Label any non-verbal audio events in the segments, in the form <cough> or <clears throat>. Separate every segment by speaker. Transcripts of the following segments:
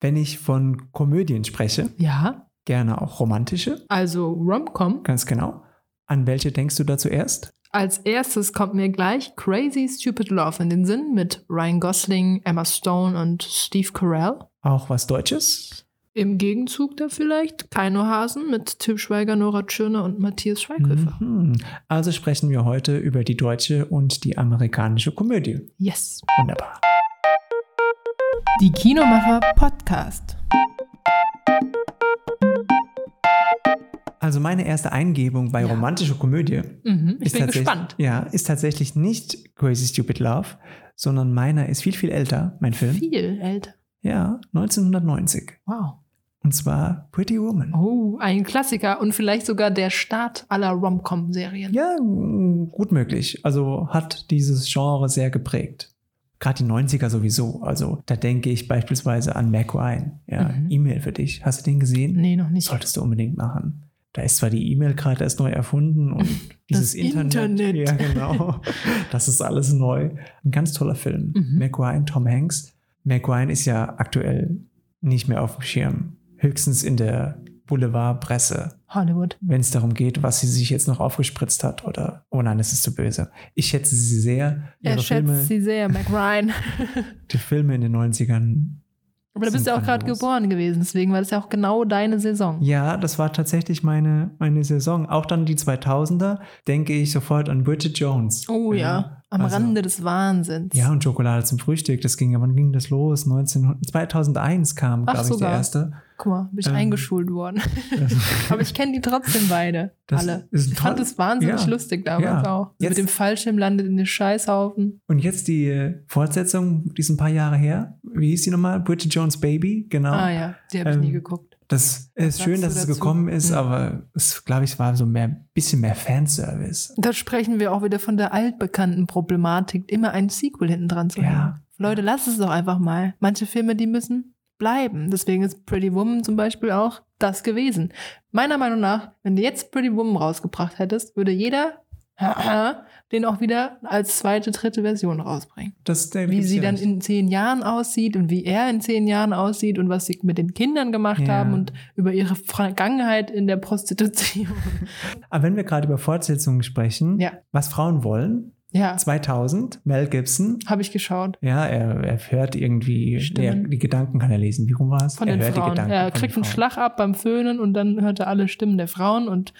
Speaker 1: wenn ich von Komödien spreche,
Speaker 2: Ja,
Speaker 1: gerne auch romantische,
Speaker 2: also Romcom.
Speaker 1: ganz genau. An welche denkst du da zuerst?
Speaker 2: Als erstes kommt mir gleich Crazy Stupid Love in den Sinn mit Ryan Gosling, Emma Stone und Steve Carell.
Speaker 1: Auch was Deutsches?
Speaker 2: Im Gegenzug da vielleicht Keino Hasen mit Tim Schweiger, Nora Tschirner und Matthias Schweighöfer.
Speaker 1: Mhm. Also sprechen wir heute über die deutsche und die amerikanische Komödie.
Speaker 2: Yes.
Speaker 1: Wunderbar.
Speaker 2: Die Kinomacher Podcast.
Speaker 1: Also meine erste Eingebung bei
Speaker 2: Ja.
Speaker 1: romantischer Komödie
Speaker 2: Mhm. Ich
Speaker 1: ist
Speaker 2: bin
Speaker 1: tatsächlich-
Speaker 2: gespannt.
Speaker 1: Ja, ist tatsächlich nicht Crazy Stupid Love, sondern meiner ist viel, viel älter, mein Film.
Speaker 2: Viel älter.
Speaker 1: Ja, 1990.
Speaker 2: Wow.
Speaker 1: Und zwar Pretty Woman.
Speaker 2: Oh, ein Klassiker und vielleicht sogar der Start aller Rom-Com-Serien.
Speaker 1: Ja, mm, gut möglich. Also hat dieses Genre sehr geprägt. Gerade die 90er sowieso. Also da denke ich beispielsweise an Mac Ryan. Ja,
Speaker 2: Mhm.
Speaker 1: E-Mail für dich. Hast du den gesehen?
Speaker 2: Nee, noch nicht.
Speaker 1: Solltest du unbedingt machen. Da ist zwar die E-Mail gerade erst neu erfunden
Speaker 2: <laughs>
Speaker 1: und dieses Internet.
Speaker 2: Internet.
Speaker 1: Ja, genau. Das ist alles neu. Ein ganz toller Film.
Speaker 2: Mhm.
Speaker 1: Mac Ryan, Tom Hanks. Mac Ryan ist ja aktuell nicht mehr auf dem Schirm. Höchstens in der Boulevardpresse
Speaker 2: Hollywood.
Speaker 1: wenn es darum geht, was sie sich jetzt noch aufgespritzt hat oder oh nein, es ist zu böse. Ich schätze sie sehr,
Speaker 2: Er
Speaker 1: ihre
Speaker 2: schätzt
Speaker 1: Filme,
Speaker 2: sie sehr, Mac Ryan.
Speaker 1: die Filme in den 90ern.
Speaker 2: Aber du
Speaker 1: Sind
Speaker 2: bist ja auch gerade
Speaker 1: grandios.
Speaker 2: geboren gewesen, deswegen war das ja auch genau deine Saison.
Speaker 1: Ja, das war tatsächlich meine, meine Saison. Auch dann die 2000er denke ich sofort an Bridget Jones.
Speaker 2: Oh ja, am
Speaker 1: also-
Speaker 2: Rande des Wahnsinns.
Speaker 1: Ja, und Schokolade zum Frühstück, das ging ja, wann ging das los? 1900, 2001 kam,
Speaker 2: Ach,
Speaker 1: glaube ich, der
Speaker 2: sogar.
Speaker 1: erste.
Speaker 2: Guck mal, bin ich
Speaker 1: Ähm,
Speaker 2: eingeschult worden. <laughs>
Speaker 1: Also,
Speaker 2: Aber ich kenne die trotzdem beide.
Speaker 1: das
Speaker 2: alle.
Speaker 1: Ist
Speaker 2: Ich fand
Speaker 1: toll.
Speaker 2: es wahnsinnig
Speaker 1: Ja.
Speaker 2: lustig damals
Speaker 1: Ja.
Speaker 2: auch. So
Speaker 1: Jetzt-
Speaker 2: Mit dem Fallschirm landet in den Scheißhaufen.
Speaker 1: Und jetzt die äh, Fortsetzung, die ist ein paar Jahre her. Wie hieß die nochmal? Bridget Jones Baby, genau.
Speaker 2: Ah ja, die habe ich
Speaker 1: Ähm,
Speaker 2: nie geguckt.
Speaker 1: Das ist
Speaker 2: sagst
Speaker 1: schön,
Speaker 2: du
Speaker 1: dass es
Speaker 2: dazu?
Speaker 1: gekommen ist,
Speaker 2: Mhm.
Speaker 1: aber es, glaube ich, war so mehr, bisschen mehr Fanservice.
Speaker 2: Da sprechen wir auch wieder von der altbekannten Problematik, immer ein Sequel hinten dran zu hängen.
Speaker 1: Ja.
Speaker 2: Leute, lasst es doch einfach mal. Manche Filme, die müssen bleiben. Deswegen ist Pretty Woman zum Beispiel auch das gewesen. Meiner Meinung nach, wenn du jetzt Pretty Woman rausgebracht hättest, würde jeder <clears throat> den auch wieder als zweite, dritte Version rausbringen.
Speaker 1: Das, da
Speaker 2: Wie
Speaker 1: gibt's
Speaker 2: sie
Speaker 1: ja
Speaker 2: dann
Speaker 1: recht.
Speaker 2: in zehn Jahren aussieht und wie er in zehn Jahren aussieht und was sie mit den Kindern gemacht
Speaker 1: Ja.
Speaker 2: haben und über ihre Vergangenheit in der Prostitution. <laughs>
Speaker 1: aber wenn wir gerade über Fortsetzungen sprechen,
Speaker 2: Ja.
Speaker 1: was Frauen wollen,
Speaker 2: ja,
Speaker 1: 2000, Mel Gibson,
Speaker 2: habe ich geschaut.
Speaker 1: ja, er, er hört irgendwie,
Speaker 2: Stimmen.
Speaker 1: nee, er, die Gedanken kann er lesen. Wie rum war es?
Speaker 2: Von
Speaker 1: er
Speaker 2: den
Speaker 1: hört
Speaker 2: Frauen.
Speaker 1: die Gedanken.
Speaker 2: Er
Speaker 1: von den
Speaker 2: kriegt einen
Speaker 1: Frauen.
Speaker 2: Schlag ab beim Föhnen und dann hört er alle Stimmen der Frauen und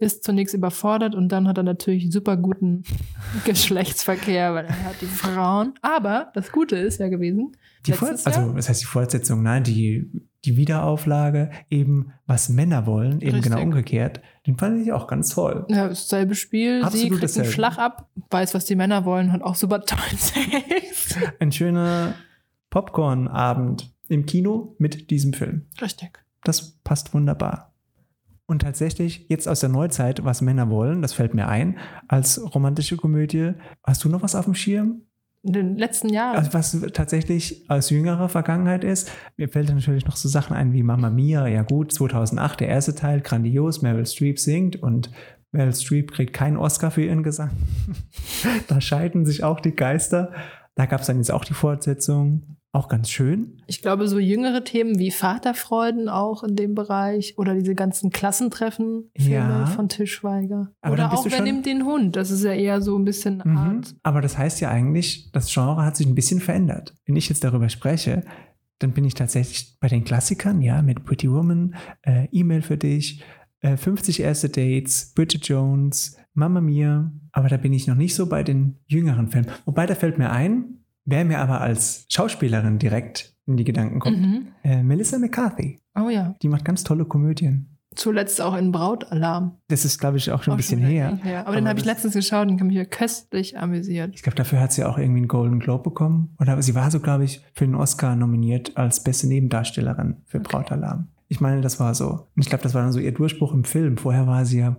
Speaker 2: ist zunächst überfordert und dann hat er natürlich einen super guten <laughs> Geschlechtsverkehr, weil er hat die Frauen. Aber das Gute ist ja gewesen,
Speaker 1: Die Fort-
Speaker 2: letztes Jahr,
Speaker 1: also, was heißt die Fortsetzung? Nein, die, die Wiederauflage, eben, was Männer wollen, eben
Speaker 2: Richtig.
Speaker 1: genau umgekehrt, den fand ich auch ganz toll.
Speaker 2: ja, dasselbe Spiel, sie
Speaker 1: Absolut
Speaker 2: kriegt
Speaker 1: dasselbe.
Speaker 2: einen Schlag ab, weiß, was die Männer wollen, hat auch super tollen <laughs> Sex.
Speaker 1: Ein schöner Popcorn-Abend im Kino mit diesem Film.
Speaker 2: Richtig.
Speaker 1: Das passt wunderbar. Und tatsächlich, jetzt aus der Neuzeit, was Männer wollen, das fällt mir ein, als romantische Komödie. Hast du noch was auf dem Schirm?
Speaker 2: In den letzten Jahren.
Speaker 1: Also was tatsächlich aus jüngerer Vergangenheit ist? Mir fällt natürlich noch so Sachen ein wie Mamma Mia, ja gut, 2008, der erste Teil, grandios, Meryl Streep singt und Meryl Streep kriegt keinen Oscar für ihren Gesang. <laughs> da scheiden sich auch die Geister. Da gab es dann jetzt auch die Fortsetzung, auch ganz schön.
Speaker 2: Ich glaube, so jüngere Themen wie Vaterfreuden auch in dem Bereich oder diese ganzen Klassentreffen
Speaker 1: Ja.
Speaker 2: von Tischweiger.
Speaker 1: Aber dann
Speaker 2: oder
Speaker 1: bist
Speaker 2: auch
Speaker 1: du
Speaker 2: Wer
Speaker 1: schon-
Speaker 2: nimmt den Hund? Das ist ja eher so ein bisschen
Speaker 1: Mhm.
Speaker 2: Art.
Speaker 1: Aber das heißt ja eigentlich, das Genre hat sich ein bisschen verändert. Wenn ich jetzt darüber spreche, dann bin ich tatsächlich bei den Klassikern, ja, mit Pretty Woman, äh, E-Mail für dich, äh, 50 erste Dates, Bridget Jones, Mamma Mia. Aber da bin ich noch nicht so bei den jüngeren Filmen. Wobei, da fällt mir ein, wer mir aber als Schauspielerin direkt in die Gedanken kommt,
Speaker 2: Mhm.
Speaker 1: äh, Melissa McCarthy.
Speaker 2: Oh ja.
Speaker 1: Die macht ganz tolle Komödien.
Speaker 2: Zuletzt auch in Brautalarm.
Speaker 1: Das ist, glaube ich, auch schon
Speaker 2: Auch
Speaker 1: ein bisschen
Speaker 2: wieder
Speaker 1: her.
Speaker 2: ewig Aber,
Speaker 1: Aber
Speaker 2: den habe ich
Speaker 1: das-
Speaker 2: letztens geschaut und habe mich ja köstlich amüsiert.
Speaker 1: Ich glaube, dafür hat sie auch irgendwie einen Golden Globe bekommen. Oder sie war so, glaube ich, für den Oscar nominiert als beste Nebendarstellerin für
Speaker 2: Okay.
Speaker 1: Brautalarm. Ich meine, das war so. Und ich glaube, das war dann so ihr Durchbruch im Film. Vorher war sie ja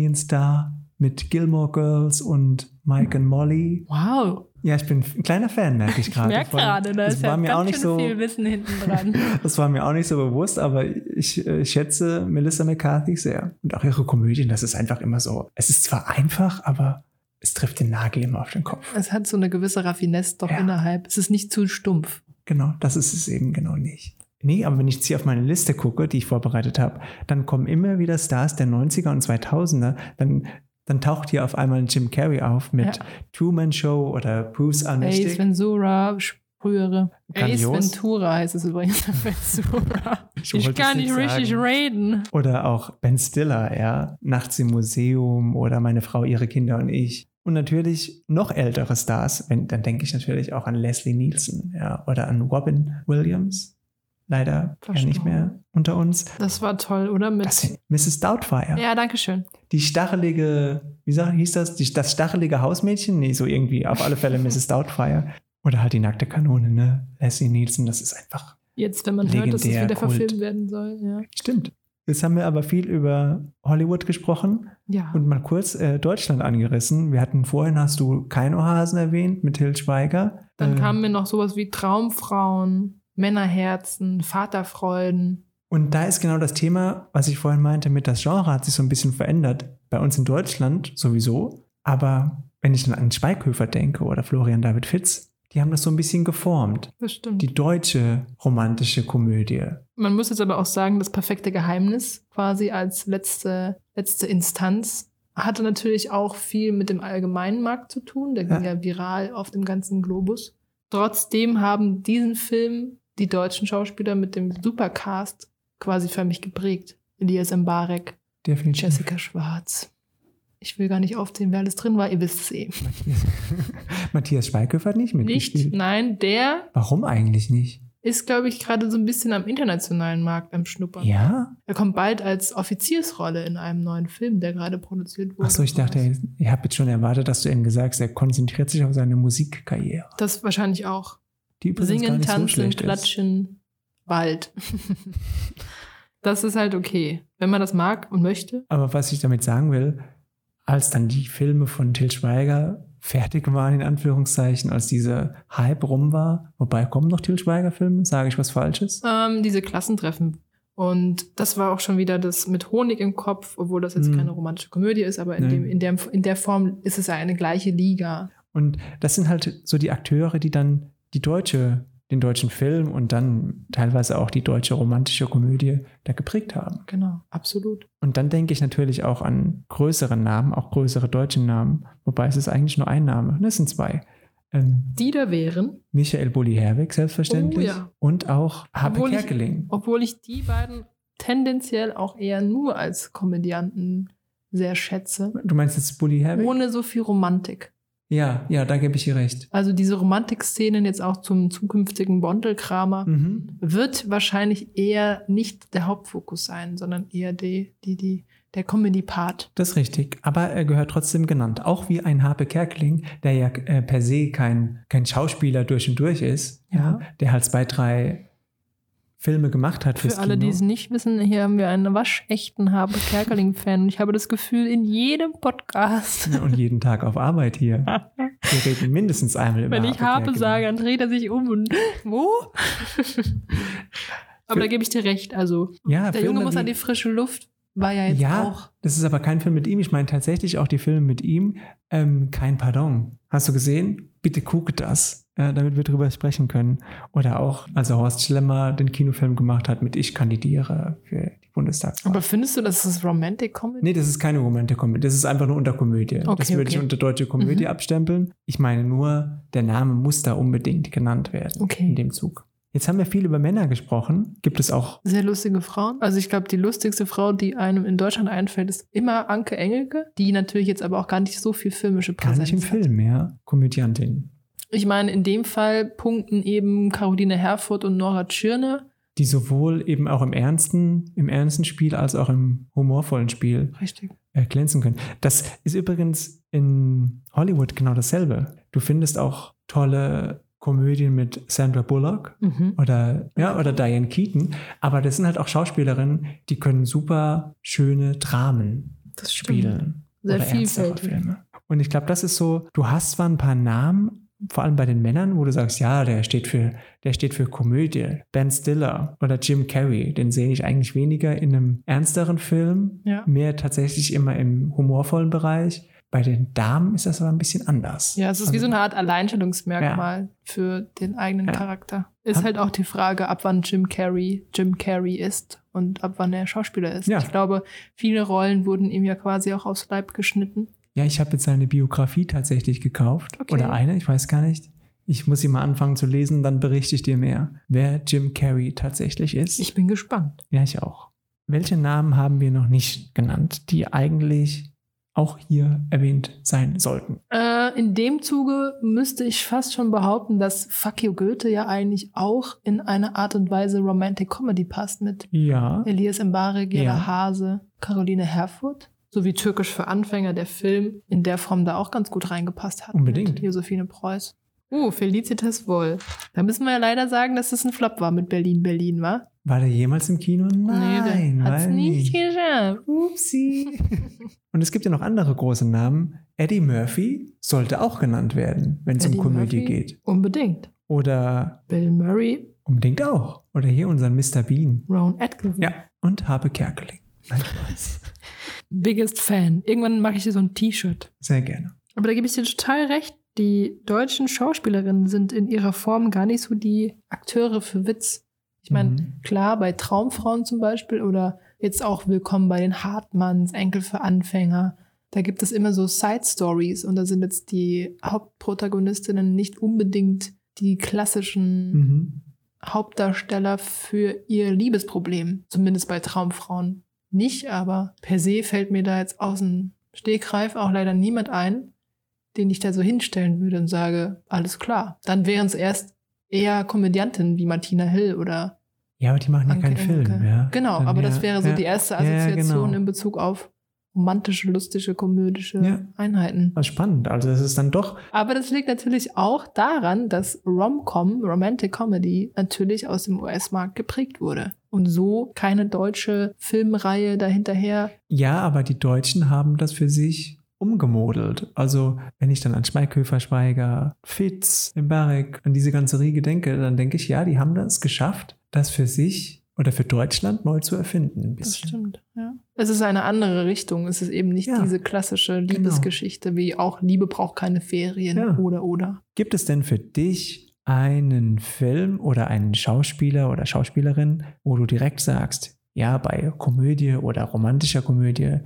Speaker 1: Serienstar mit Gilmore Girls und Mike and Molly.
Speaker 2: Wow.
Speaker 1: Ja, ich bin ein kleiner Fan, merke ich
Speaker 2: Ich
Speaker 1: gerade.
Speaker 2: merke
Speaker 1: Vor allem,
Speaker 2: gerade, da
Speaker 1: Ah, das
Speaker 2: ist
Speaker 1: war
Speaker 2: ja
Speaker 1: mir
Speaker 2: ganz
Speaker 1: auch nicht
Speaker 2: schön
Speaker 1: so.
Speaker 2: viel Wissen hinten dran.
Speaker 1: Das war mir auch nicht so bewusst, aber ich äh, schätze Melissa McCarthy sehr. Und auch ihre Komödien, das ist einfach immer so. Es ist zwar einfach, aber es trifft den Nagel immer auf den Kopf.
Speaker 2: <laughs> es hat so eine gewisse Raffinesse doch
Speaker 1: Ja.
Speaker 2: innerhalb. Es ist nicht zu stumpf.
Speaker 1: Genau, das ist es eben genau nicht. Nee, aber wenn ich jetzt hier auf meine Liste gucke, die ich vorbereitet habe, dann kommen immer wieder Stars der 90er und 2000er. Dann, dann taucht hier auf einmal ein Jim Carrey auf mit
Speaker 2: Ja.
Speaker 1: Truman Show oder Bruce
Speaker 2: Ace
Speaker 1: Armistick.
Speaker 2: Ventura, frühere. Ace
Speaker 1: Grandios.
Speaker 2: Ventura heißt es übrigens. <laughs> Ventura. Ich,
Speaker 1: wollte es
Speaker 2: kann nicht richtig
Speaker 1: sagen.
Speaker 2: reden.
Speaker 1: Oder auch Ben Stiller, ja. Nachts im Museum oder meine Frau, ihre Kinder und ich. Und natürlich noch ältere Stars, wenn, dann denke ich natürlich auch an Leslie Nielsen, ja, oder an Robin Williams. Leider ja nicht
Speaker 2: Verstorben.
Speaker 1: mehr unter uns.
Speaker 2: Das war toll, oder? Mit
Speaker 1: Das, Mrs. Doubtfire.
Speaker 2: ja, danke schön.
Speaker 1: Die stachelige, wie sag, hieß das? Die, das stachelige Hausmädchen? Nee, so irgendwie. Auf alle Fälle Mrs. Doubtfire. Oder halt die nackte Kanone, ne? Leslie Nielsen, das ist einfach
Speaker 2: Jetzt, wenn man hört, dass es
Speaker 1: Legendär
Speaker 2: wieder
Speaker 1: Kult.
Speaker 2: verfilmt werden soll. Ja.
Speaker 1: Stimmt. Jetzt haben wir aber viel über Hollywood gesprochen
Speaker 2: ja.
Speaker 1: und mal kurz äh, Deutschland angerissen. Wir hatten vorhin, hast du kein Ohrhasen erwähnt mit Till Schweiger.
Speaker 2: Dann
Speaker 1: Ähm,
Speaker 2: kamen mir noch sowas wie Traumfrauen, Männerherzen, Vaterfreuden.
Speaker 1: und da ist genau das Thema, was ich vorhin meinte, mit das Genre hat sich so ein bisschen verändert. Bei uns in Deutschland sowieso. Aber wenn ich dann an Schweighöfer denke oder Florian David Fitz, die haben das so ein bisschen geformt.
Speaker 2: Das stimmt.
Speaker 1: Die deutsche romantische Komödie.
Speaker 2: Man muss jetzt aber auch sagen, das perfekte Geheimnis quasi als letzte, letzte Instanz hatte natürlich auch viel mit dem allgemeinen Markt zu tun. Der ging
Speaker 1: Ja.
Speaker 2: ja. viral auf dem ganzen Globus. Trotzdem haben diesen Film die deutschen Schauspieler mit dem Supercast quasi für mich geprägt. Elias Mbarek,
Speaker 1: Definitiv.
Speaker 2: Jessica Schwarz. Ich will gar nicht aufzählen, wer alles drin war. Ihr wisst es eh.
Speaker 1: Matthias, <laughs> Matthias Schweighöfer hat nicht
Speaker 2: Nicht?
Speaker 1: mitgespielt.
Speaker 2: Nein, der
Speaker 1: Warum eigentlich nicht?
Speaker 2: ist, glaube ich, gerade so ein bisschen am internationalen Markt am Schnuppern.
Speaker 1: Ja,
Speaker 2: Er kommt bald als Offiziersrolle in einem neuen Film, der gerade produziert wurde.
Speaker 1: Ach so, ich dachte, ich habe jetzt schon erwartet, dass du irgendwie sagst, er konzentriert sich auf seine Musikkarriere.
Speaker 2: Das wahrscheinlich auch.
Speaker 1: Die übrigens gar
Speaker 2: Singen,
Speaker 1: nicht so
Speaker 2: tanzen,
Speaker 1: schlecht ist.
Speaker 2: klatschen, Wald. <laughs> das ist halt okay, wenn man das mag und möchte.
Speaker 1: Aber was ich damit sagen will, als dann die Filme von Till Schweiger fertig waren, in Anführungszeichen, als dieser Hype rum war, wobei kommen noch Till Schweiger-Filme, sage ich was Falsches?
Speaker 2: Ähm, diese Klassentreffen. Und das war auch schon wieder das mit Honig im Kopf, obwohl das jetzt
Speaker 1: Mhm.
Speaker 2: keine romantische Komödie ist, aber in,
Speaker 1: Nein.
Speaker 2: dem, in, der, in der Form ist es ja eine gleiche Liga.
Speaker 1: Und das sind halt so die Akteure, die dann die deutsche, den deutschen Film und dann teilweise auch die deutsche romantische Komödie da geprägt haben.
Speaker 2: Genau, absolut.
Speaker 1: Und dann denke ich natürlich auch an größere Namen, auch größere deutsche Namen. Wobei es ist eigentlich nur ein Name. Ne, Es sind zwei. Ähm,
Speaker 2: Die da wären
Speaker 1: Michael Bulli Herwig, selbstverständlich.
Speaker 2: Oh ja.
Speaker 1: Und auch Habe
Speaker 2: Obwohl ich-
Speaker 1: Kerkeling.
Speaker 2: Obwohl ich die beiden tendenziell auch eher nur als Komödianten sehr schätze.
Speaker 1: Du meinst jetzt Bulli Herwig?
Speaker 2: Ohne so viel Romantik.
Speaker 1: ja, ja, da gebe ich dir recht.
Speaker 2: Also diese Romantikszenen jetzt auch zum zukünftigen Bondelkramer
Speaker 1: Mhm.
Speaker 2: wird wahrscheinlich eher nicht der Hauptfokus sein, sondern eher die, die, die, der Comedy-Part.
Speaker 1: Das ist richtig. Aber er gehört trotzdem genannt. Auch wie ein Habe Kerkeling, der ja äh, per se kein, kein Schauspieler durch und durch ist,
Speaker 2: Ja.
Speaker 1: der halt zwei, drei Filme gemacht hat fürs
Speaker 2: Für alle, die
Speaker 1: Kino.
Speaker 2: es nicht wissen, hier haben wir einen waschechten Habe Kerkeling-Fan. Ich habe das Gefühl, in jedem
Speaker 1: <laughs>
Speaker 2: Podcast,
Speaker 1: Ja, und jeden Tag auf Arbeit
Speaker 2: <laughs>
Speaker 1: hier. Wir reden mindestens einmal über
Speaker 2: wenn ich habe
Speaker 1: Kerkeling.
Speaker 2: sage, dann dreht er sich um und <laughs> wo? Aber da gebe ich dir recht. Also
Speaker 1: Ja,
Speaker 2: Der Junge
Speaker 1: Filme
Speaker 2: muss an
Speaker 1: wie-
Speaker 2: die frische Luft, war ja jetzt
Speaker 1: Ja,
Speaker 2: auch.
Speaker 1: das ist aber kein Film mit ihm. Ich meine tatsächlich auch die Filme mit ihm. Ähm, kein Pardon. Hast du gesehen? Bitte gucke das, äh, damit wir drüber sprechen können. Oder auch, als Horst Schlemmer den Kinofilm gemacht hat mit Ich kandidiere für die Bundestagswahl.
Speaker 2: Aber findest du, dass das Romantic Comedy?
Speaker 1: Nee, das ist keine Romantikkomödie, das ist einfach eine Unterkomödie.
Speaker 2: Okay,
Speaker 1: das würde ich
Speaker 2: okay.
Speaker 1: unter deutsche Komödie
Speaker 2: Mhm.
Speaker 1: abstempeln. Ich meine nur, der Name muss da unbedingt genannt werden in
Speaker 2: Okay.
Speaker 1: dem Zug. Jetzt haben wir viel über Männer gesprochen. Gibt es auch
Speaker 2: Sehr lustige Frauen. Also ich glaube, die lustigste Frau, die einem in Deutschland einfällt, ist immer Anke Engelke, die natürlich jetzt aber auch gar nicht so viel filmische
Speaker 1: gar
Speaker 2: Präsenz
Speaker 1: nicht im
Speaker 2: hat.
Speaker 1: Film mehr Komödiantinnen,
Speaker 2: Ich meine, in dem Fall punkten eben Caroline Herfurth und Nora Tschirne.
Speaker 1: die sowohl eben auch im ernsten, im ernsten Spiel als auch im humorvollen Spiel
Speaker 2: Richtig.
Speaker 1: äh, glänzen können. Das ist übrigens in Hollywood genau dasselbe. Du findest auch tolle Komödien mit Sandra Bullock
Speaker 2: Mhm.
Speaker 1: oder, ja, oder Diane Keaton, aber das sind halt auch Schauspielerinnen, die können super schöne Dramen
Speaker 2: Das stimmt.
Speaker 1: spielen.
Speaker 2: Sehr
Speaker 1: oder ernstere
Speaker 2: vielfältig.
Speaker 1: Filme. Und ich glaube, das ist so, du hast zwar ein paar Namen, vor allem bei den Männern, wo du sagst, ja, der steht für, der steht für Komödie. Ben Stiller oder Jim Carrey, den sehe ich eigentlich weniger in einem ernsteren Film,
Speaker 2: Ja.
Speaker 1: mehr tatsächlich immer im humorvollen Bereich. Bei den Damen ist das aber ein bisschen anders. Also,
Speaker 2: Ja, es ist wie so eine Art Alleinstellungsmerkmal für den eigenen
Speaker 1: Ja.
Speaker 2: Charakter. Ist
Speaker 1: Hab-
Speaker 2: halt auch die Frage, ab wann Jim Carrey Jim Carrey ist und ab wann er Schauspieler ist.
Speaker 1: Ja.
Speaker 2: Ich glaube, viele Rollen wurden ihm ja quasi auch aufs Leib geschnitten.
Speaker 1: Ja, ich habe jetzt seine Biografie tatsächlich gekauft.
Speaker 2: Okay.
Speaker 1: Oder eine, ich weiß gar nicht. Ich muss sie mal anfangen zu lesen, dann berichte ich dir mehr, wer Jim Carrey tatsächlich ist.
Speaker 2: Ich bin gespannt.
Speaker 1: ja, ich auch. Welche Namen haben wir noch nicht genannt, die eigentlich auch hier erwähnt sein sollten?
Speaker 2: Äh, in dem Zuge müsste ich fast schon behaupten, dass Fuck You Goethe ja eigentlich auch in eine Art und Weise Romantic Comedy passt mit
Speaker 1: Ja.
Speaker 2: Elias Mbare, Gera
Speaker 1: Ja.
Speaker 2: Hase, Caroline Herfurth. Sowie Türkisch für Anfänger, der Film in der Form da auch ganz gut reingepasst hat.
Speaker 1: Unbedingt.
Speaker 2: Mit Josephine Preuß. Uh, Felicitas Woll. Da müssen wir ja leider sagen, dass das ein Flop war mit Berlin, Berlin, wa?
Speaker 1: War der jemals im Kino? Nein,
Speaker 2: der hat's
Speaker 1: war er
Speaker 2: nicht geschafft.
Speaker 1: Upsi. <laughs> Und es gibt ja noch andere große Namen. Eddie Murphy sollte auch genannt werden, wenn es um
Speaker 2: Eddie
Speaker 1: Komödie
Speaker 2: Murphy?
Speaker 1: geht.
Speaker 2: Unbedingt.
Speaker 1: Oder
Speaker 2: Bill Murray,
Speaker 1: unbedingt auch. Oder hier unseren Mr. Bean.
Speaker 2: Rowan Atkinson.
Speaker 1: Ja. Und Habe Kerkeling. Nein, Spaß.
Speaker 2: Biggest Fan. Irgendwann mache ich dir so ein T-Shirt.
Speaker 1: Sehr gerne.
Speaker 2: Aber da gebe ich dir total recht. Die deutschen Schauspielerinnen sind in ihrer Form gar nicht so die Akteure für Witz. Ich meine,
Speaker 1: Mhm.
Speaker 2: klar, bei Traumfrauen zum Beispiel oder jetzt auch Willkommen bei den Hartmanns, Enkel für Anfänger. Da gibt es immer so Side-Stories und da sind jetzt die Hauptprotagonistinnen nicht unbedingt die klassischen
Speaker 1: Mhm.
Speaker 2: Hauptdarsteller für ihr Liebesproblem. Zumindest bei Traumfrauen nicht, aber per se fällt mir da jetzt aus dem Stegreif auch leider niemand ein, den ich da so hinstellen würde und sage, alles klar. Dann wären es erst eher Komödiantinnen wie Martina Hill oder
Speaker 1: Ja, aber die machen ja
Speaker 2: Anke
Speaker 1: keinen Film.
Speaker 2: Engelke.
Speaker 1: Ja.
Speaker 2: Genau,
Speaker 1: Dann,
Speaker 2: aber
Speaker 1: ja,
Speaker 2: das wäre so
Speaker 1: ja.
Speaker 2: die erste
Speaker 1: Ja, ja,
Speaker 2: Assoziation
Speaker 1: genau.
Speaker 2: in Bezug auf romantische, lustige, komödische
Speaker 1: Ja.
Speaker 2: Einheiten.
Speaker 1: Das ist spannend. Also das ist dann doch.
Speaker 2: Aber das liegt natürlich auch daran, dass Rom-Com, Romantic Comedy, natürlich aus dem US-Markt geprägt wurde. Und so keine deutsche Filmreihe dahinterher.
Speaker 1: Ja, aber die Deutschen haben das für sich umgemodelt. Also wenn ich dann an Schweighöfer, Schweiger, Fitz, Mbarek, an diese ganze Riege denke, dann denke ich, ja, die haben das geschafft, das für sich oder für Deutschland neu zu erfinden. Ein
Speaker 2: Das
Speaker 1: bisschen.
Speaker 2: stimmt, ja. Es ist eine andere Richtung. Es ist eben nicht
Speaker 1: Ja.
Speaker 2: diese klassische
Speaker 1: Genau.
Speaker 2: Liebesgeschichte, wie auch Liebe braucht keine Ferien
Speaker 1: Ja.
Speaker 2: oder oder.
Speaker 1: Gibt es denn für dich einen Film oder einen Schauspieler oder Schauspielerin, wo du direkt sagst, ja, bei Komödie oder romantischer Komödie,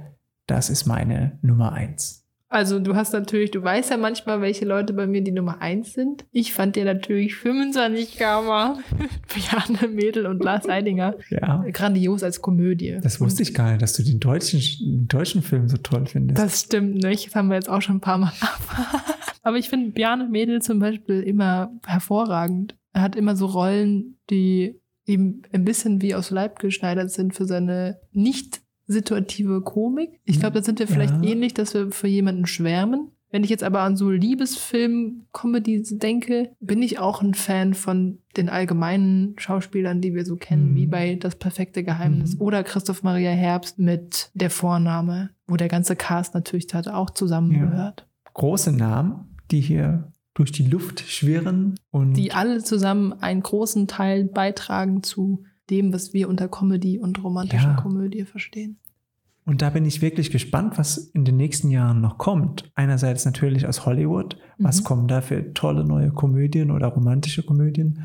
Speaker 1: das ist meine Nummer eins?
Speaker 2: Also du hast natürlich, du weißt ja manchmal, welche Leute bei mir die Nummer eins sind. Ich fand dir natürlich 25 <laughs> Gamma mit Jana Mädel und Lars Eidinger
Speaker 1: Ja.
Speaker 2: grandios als Komödie.
Speaker 1: Das wusste ich gar nicht, dass du den deutschen, den deutschen Film so toll findest.
Speaker 2: Das stimmt nicht. Das haben wir jetzt auch schon ein paar Mal. <laughs> Aber ich finde Bjarne Mädel zum Beispiel immer hervorragend. Er hat immer so Rollen, die ihm ein bisschen wie aus Leib geschneidert sind für seine nicht situative Komik. Ich glaube, da sind wir vielleicht
Speaker 1: Ja.
Speaker 2: ähnlich, dass wir für jemanden schwärmen. Wenn ich jetzt aber an so Liebesfilm-Comedy denke, bin ich auch ein Fan von den allgemeinen Schauspielern, die wir so kennen,
Speaker 1: Mhm.
Speaker 2: wie bei Das perfekte Geheimnis
Speaker 1: Mhm.
Speaker 2: oder Christoph Maria Herbst mit der Vorname, wo der ganze Cast natürlich da auch zusammengehört.
Speaker 1: Große Namen, die hier durch die Luft schwirren und
Speaker 2: Die alle zusammen einen großen Teil beitragen zu dem, was wir unter Comedy und romantischer
Speaker 1: Ja.
Speaker 2: Komödie verstehen.
Speaker 1: Und da bin ich wirklich gespannt, was in den nächsten Jahren noch kommt. Einerseits natürlich aus Hollywood, was
Speaker 2: Mhm.
Speaker 1: kommen da für tolle neue Komödien oder romantische Komödien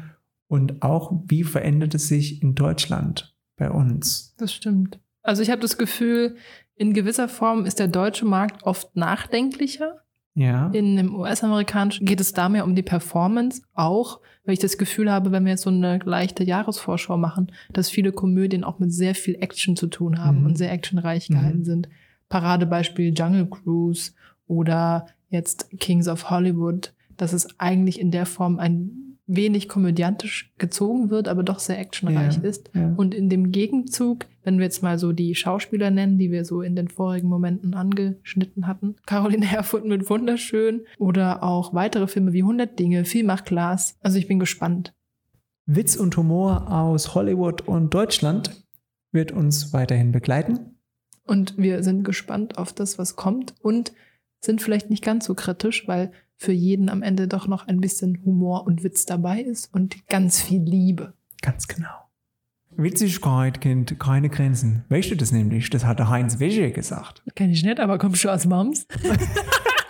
Speaker 1: und auch wie verändert es sich in Deutschland bei uns?
Speaker 2: Das stimmt. Also ich habe das Gefühl, in gewisser Form ist der deutsche Markt oft nachdenklicher
Speaker 1: Ja,
Speaker 2: In dem US-amerikanischen geht es da mehr um die Performance, auch weil ich das Gefühl habe, wenn wir jetzt so eine leichte Jahresvorschau machen, dass viele Komödien auch mit sehr viel Action zu tun haben
Speaker 1: Mhm.
Speaker 2: und sehr actionreich
Speaker 1: Mhm.
Speaker 2: gehalten sind. Paradebeispiel Jungle Cruise oder jetzt Kings of Hollywood, dass es eigentlich in der Form ein wenig komödiantisch gezogen wird, aber doch sehr actionreich
Speaker 1: Ja.
Speaker 2: ist.
Speaker 1: ja.
Speaker 2: Und in dem Gegenzug, wenn wir jetzt mal so die Schauspieler nennen, die wir so in den vorigen Momenten angeschnitten hatten, Caroline Herfurth mit Wunderschön oder auch weitere Filme wie 100 Dinge, Viel macht Glas. Also ich bin gespannt.
Speaker 1: Witz und Humor aus Hollywood und Deutschland wird uns weiterhin begleiten.
Speaker 2: Und wir sind gespannt auf das, was kommt und sind vielleicht nicht ganz so kritisch, weil für jeden am Ende doch noch ein bisschen Humor und Witz dabei ist und ganz viel Liebe.
Speaker 1: Ganz genau. Witzigkeit kennt keine Grenzen. Weißt du das nämlich? Das hat der Heinz Wäsche gesagt.
Speaker 2: Kenn ich nicht, aber kommst du aus <laughs> Mams?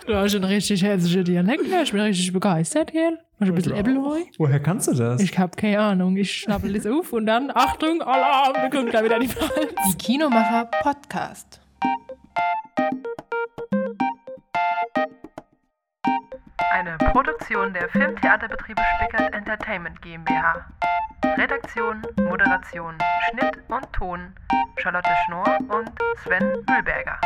Speaker 2: du hast einen richtig hessischen Dialekt. Ja, ich bin richtig begeistert hier. Hast du ein bisschen Äppelheu?
Speaker 1: Woher kannst du das?
Speaker 2: Ich hab keine Ahnung. Ich schnappel das auf und dann, Achtung, Alarm, wir kommt da wieder die Fall. Die Kinomacher Podcast.
Speaker 3: Eine Produktion der Filmtheaterbetriebe Spickert Entertainment GmbH. Redaktion, Moderation, Schnitt und Ton Charlotte Schnorr und Sven Mühlberger.